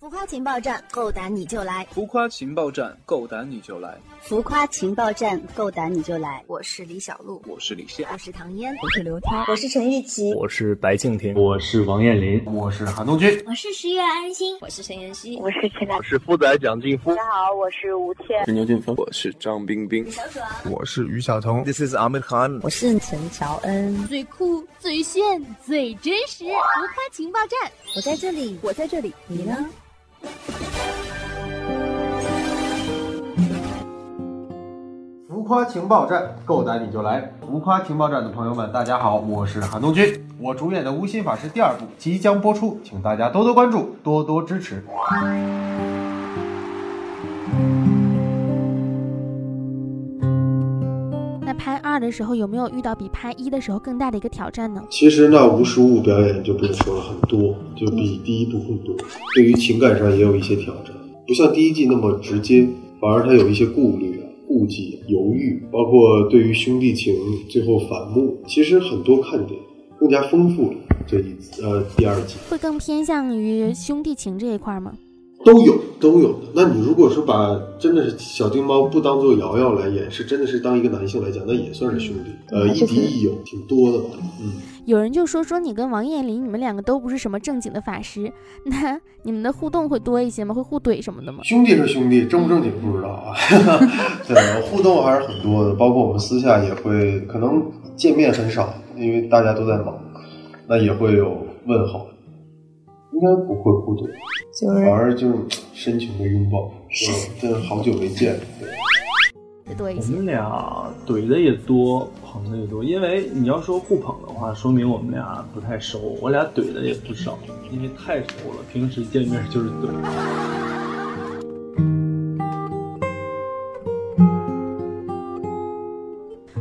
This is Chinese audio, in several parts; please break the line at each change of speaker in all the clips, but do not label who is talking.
浮夸情报站，够胆你就来！
浮夸情报站，够胆你就来！
浮夸情报站，够胆你就来！
我是李小璐，
我是李现，
我是唐嫣，
我是刘涛，
我是陈玉琪，
我是白敬亭，
我是王彦霖，
我是韩东君，
我是十月安心，
我是陈妍希，
我是陈楠，
我是富仔蒋劲夫。
大家好，我是吴倩，
是牛俊峰，
我是张冰冰，
小爽，
我是于晓彤
，This is Ahmed Khan，
我是陈乔恩，
最酷、最炫、最真实，浮夸情报站，
我在这里，
我在这里，
你呢？
浮夸情报站，够胆你就来！浮夸情报站的朋友们，大家好，我是韩东君。我主演的《无心法师》第二部即将播出，请大家多多关注，多多支持。
那拍二的时候有没有遇到比拍一的时候更大的一个挑战呢？
其实那无实物表演就不用说了，很多就比第一部更多。对于情感上也有一些挑战，不像第一季那么直接，反而它有一些顾虑。顾忌、犹豫，包括对于兄弟情最后反目，其实很多看点更加丰富了。这一呃第二季
会更偏向于兄弟情这一块吗？
都有都有。那你如果说把真的是小丁猫不当做瑶瑶来演，是真的是当一个男性来讲，那也算是兄弟。嗯、呃，一敌一友挺多的吧？嗯。
有人就说说你跟王彦霖，你们两个都不是什么正经的法师， 那你们的互动会多一些吗？会互怼什么的吗？
兄弟是兄弟，正不正经不知道 啊。对，互动还是很多的，包括我们私下也会，可能见面很少，因为大家都在忙，那也会有问候，应该不会互怼，
就是
反而就是深情的拥 抱，真好久没见。
多一
些我们俩怼的也多，捧的也多，因为你要说互捧的话，说明我们俩不太熟。我俩怼的也不少，因为太熟了，平时见面就是怼。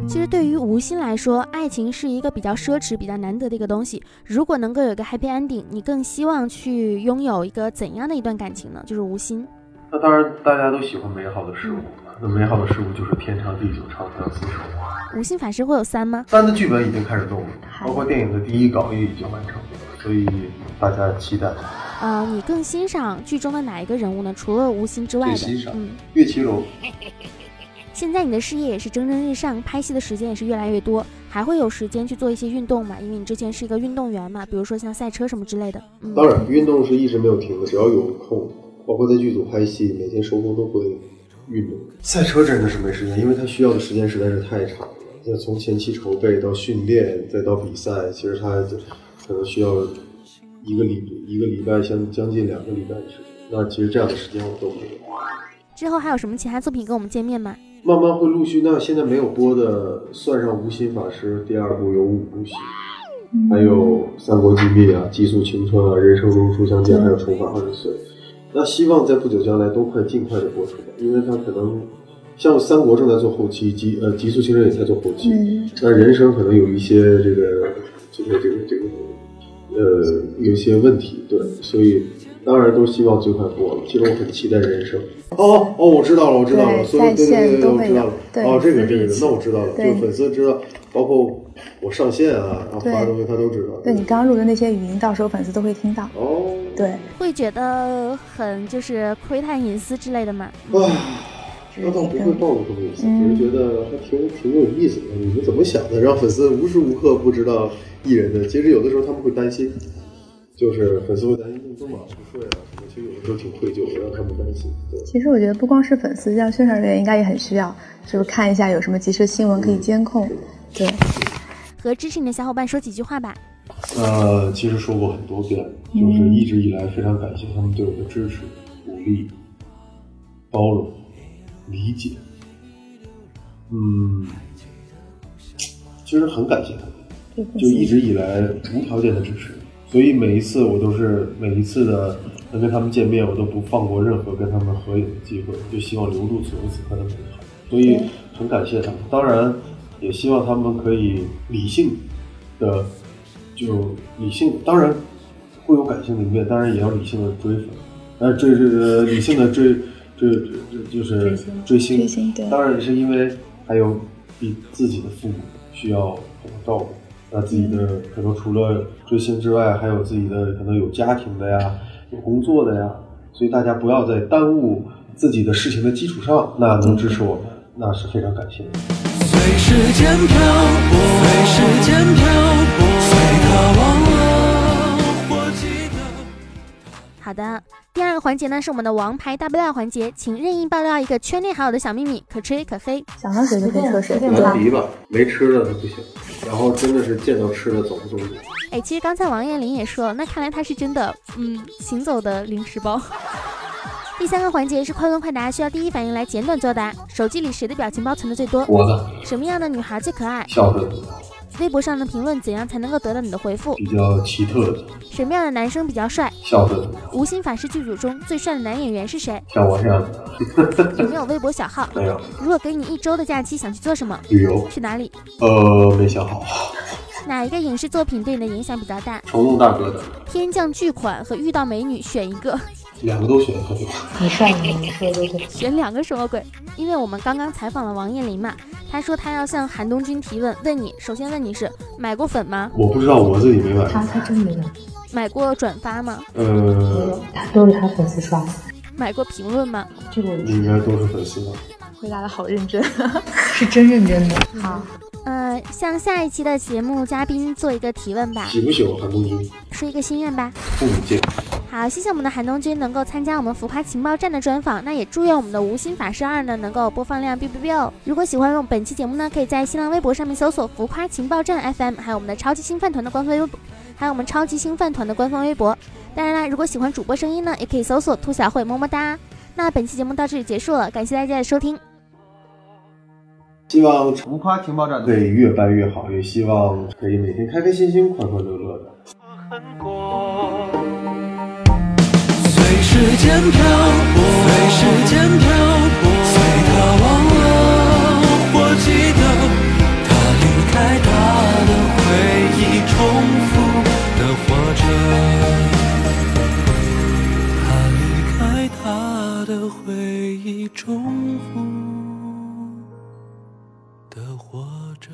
其实对于吴昕来说，爱情是一个比较奢侈、比较难得的一个东西。如果能够有一个 happy ending，你更希望去拥有一个怎样的一段感情呢？就是吴昕。
那当然，大家都喜欢美好的事物。那美好的事物就是天长地久，长相厮守。
无心法师会有三吗？
三的剧本已经开始弄了，包括电影的第一稿也已经完成了，所以大家期待。
呃，你更欣赏剧中的哪一个人物呢？除了吴昕之外的，
欣赏、嗯、岳绮柔。
现在你的事业也是蒸蒸日上，拍戏的时间也是越来越多，还会有时间去做一些运动嘛？因为你之前是一个运动员嘛，比如说像赛车什么之类的。嗯、
当然，运动是一直没有停的，只要有空，包括在剧组拍戏，每天收工都会。运动赛车真的是没时间，因为它需要的时间实在是太长了。要从前期筹备到训练，再到比赛，其实它可能需要一个礼一个礼拜，相将近两个礼拜的时间。那其实这样的时间我都没有。
之后还有什么其他作品跟我们见面吗？
慢慢会陆续。那现在没有播的，算上《无心法师》第二部有五部戏，还有《三国击毙》啊，《寄宿青春》啊，《人生如初相见》，还有《重返二十岁》。那希望在不久将来都快尽快的播出吧，因为它可能像《三国》正在做后期，极呃《极速青春》也在做后期，那、嗯、人生可能有一些这个这个这个这个呃有些问题，对，所以当然都希望最快播了。其实我很期待人生。哦哦，我知道了，我知道了，所以对对对，我知道了。哦，这个这个，那我知道了，就粉丝知道，包括我上线啊，然后发东西他都知道。
对你刚录的那些语音，到时候粉丝都会听到。
哦。
对，
会觉得很就是窥探隐私之类的嘛。
啊，那倒不会暴露什么隐私，只是觉得还挺挺有意思的。你们怎么想的？让粉丝无时无刻不知道艺人的？其实有的时候他们会担心，就是粉丝会担心弄马不睡啊什么。其实有的时候挺愧疚的，让他们担心。对，
其实我觉得不光是粉丝，像宣传人员应该也很需要，就是看一下有什么及时新闻可以监控。嗯、对，
和支持你的小伙伴说几句话吧。
呃，其实说过很多遍，
嗯
就是一直以来非常感谢他们对我的支持、鼓励、包容、理解。嗯，其实很感谢他们，就一直以来无条件的支持。所以每一次我都是每一次的能跟他们见面，我都不放过任何跟他们合影的机会，就希望留住所有此刻的美好。所以很感谢他们，当然也希望他们可以理性的。就理性，当然会有感性的一面，当然也要理性的追粉，但是追这个理性的追追就是追星，
追星对，
当然也是因为还有比自己的父母需要怎么照顾，那自己的、嗯、可能除了追星之外，还有自己的可能有家庭的呀，有工作的呀，所以大家不要在耽误自己的事情的基础上，那能支持我们，那是非常感谢的。
随时间漂泊，随时间漂泊，随他忘了或记得。
好的，第二个环节呢是我们的王牌大爆料环节，请任意爆料一个圈内好友的小秘密，可吹可黑。
想到谁就可以说谁，对吧
难？离吧，没吃的它不行，然后真的是见到吃的走不动路。
哎，其实刚才王彦霖也说了，那看来他是真的，嗯，行走的零食包。第三个环节是快问快答，需要第一反应来简短作答。手机里谁的表情包存的最多？
我的
什么样的女孩最可爱？
笑的
微博上的评论怎样才能够得到你的回复？
比较奇特的，
什么样的男生比较帅？
笑的？
无心法师剧组中最帅的男演员是谁
像我这样的
有没有微博小号？
没有
如果给你一周的假期，想去做什么？
旅游，
去哪里？
呃，没想好。
哪一个影视作品对你的影响比较大？
成龙大哥的
天降巨款和遇到美女选一个，
两个都选可以，
你算你你说的对。
选两个什么鬼？因为我们刚刚采访了王彦霖嘛，他说他要向韩东君提问，问你首先问你是买过粉吗？
我不知道我自己没买，
他真没有，
买过转发吗？
呃，
他都是他粉丝刷的。
买过评论吗？
这个我
应该都是粉丝吧。
回答的好认真，
是真认真的。
好，
呃，向下一期的节目嘉宾做一个提问吧，
喜不喜欢韩东君？
说一个心愿吧。
父母见。
好，谢谢我们的韩东君能够参加我们浮夸情报站的专访，那也祝愿我们的无心法师二呢能够播放量 biu biu biu。如哦果喜欢我们本期节目呢，可以在新浪微博上面搜索浮夸情报站 FM，还有我们的超级星饭团的官方微博，还有我们超级星饭团的官方微博。当然啦，如果喜欢主播声音呢，也可以搜索兔小慧么么哒。那本期节目到这里结束了，感谢大家的收听。
希望
浮夸情报站
对越办越好，也希望可以每天开开心心、快快乐乐的。
恨过。随时间漂泊，随时间漂泊，随他忘了或记得，他离开他的回忆，重复的活着。他离开他的回忆，重复的活着。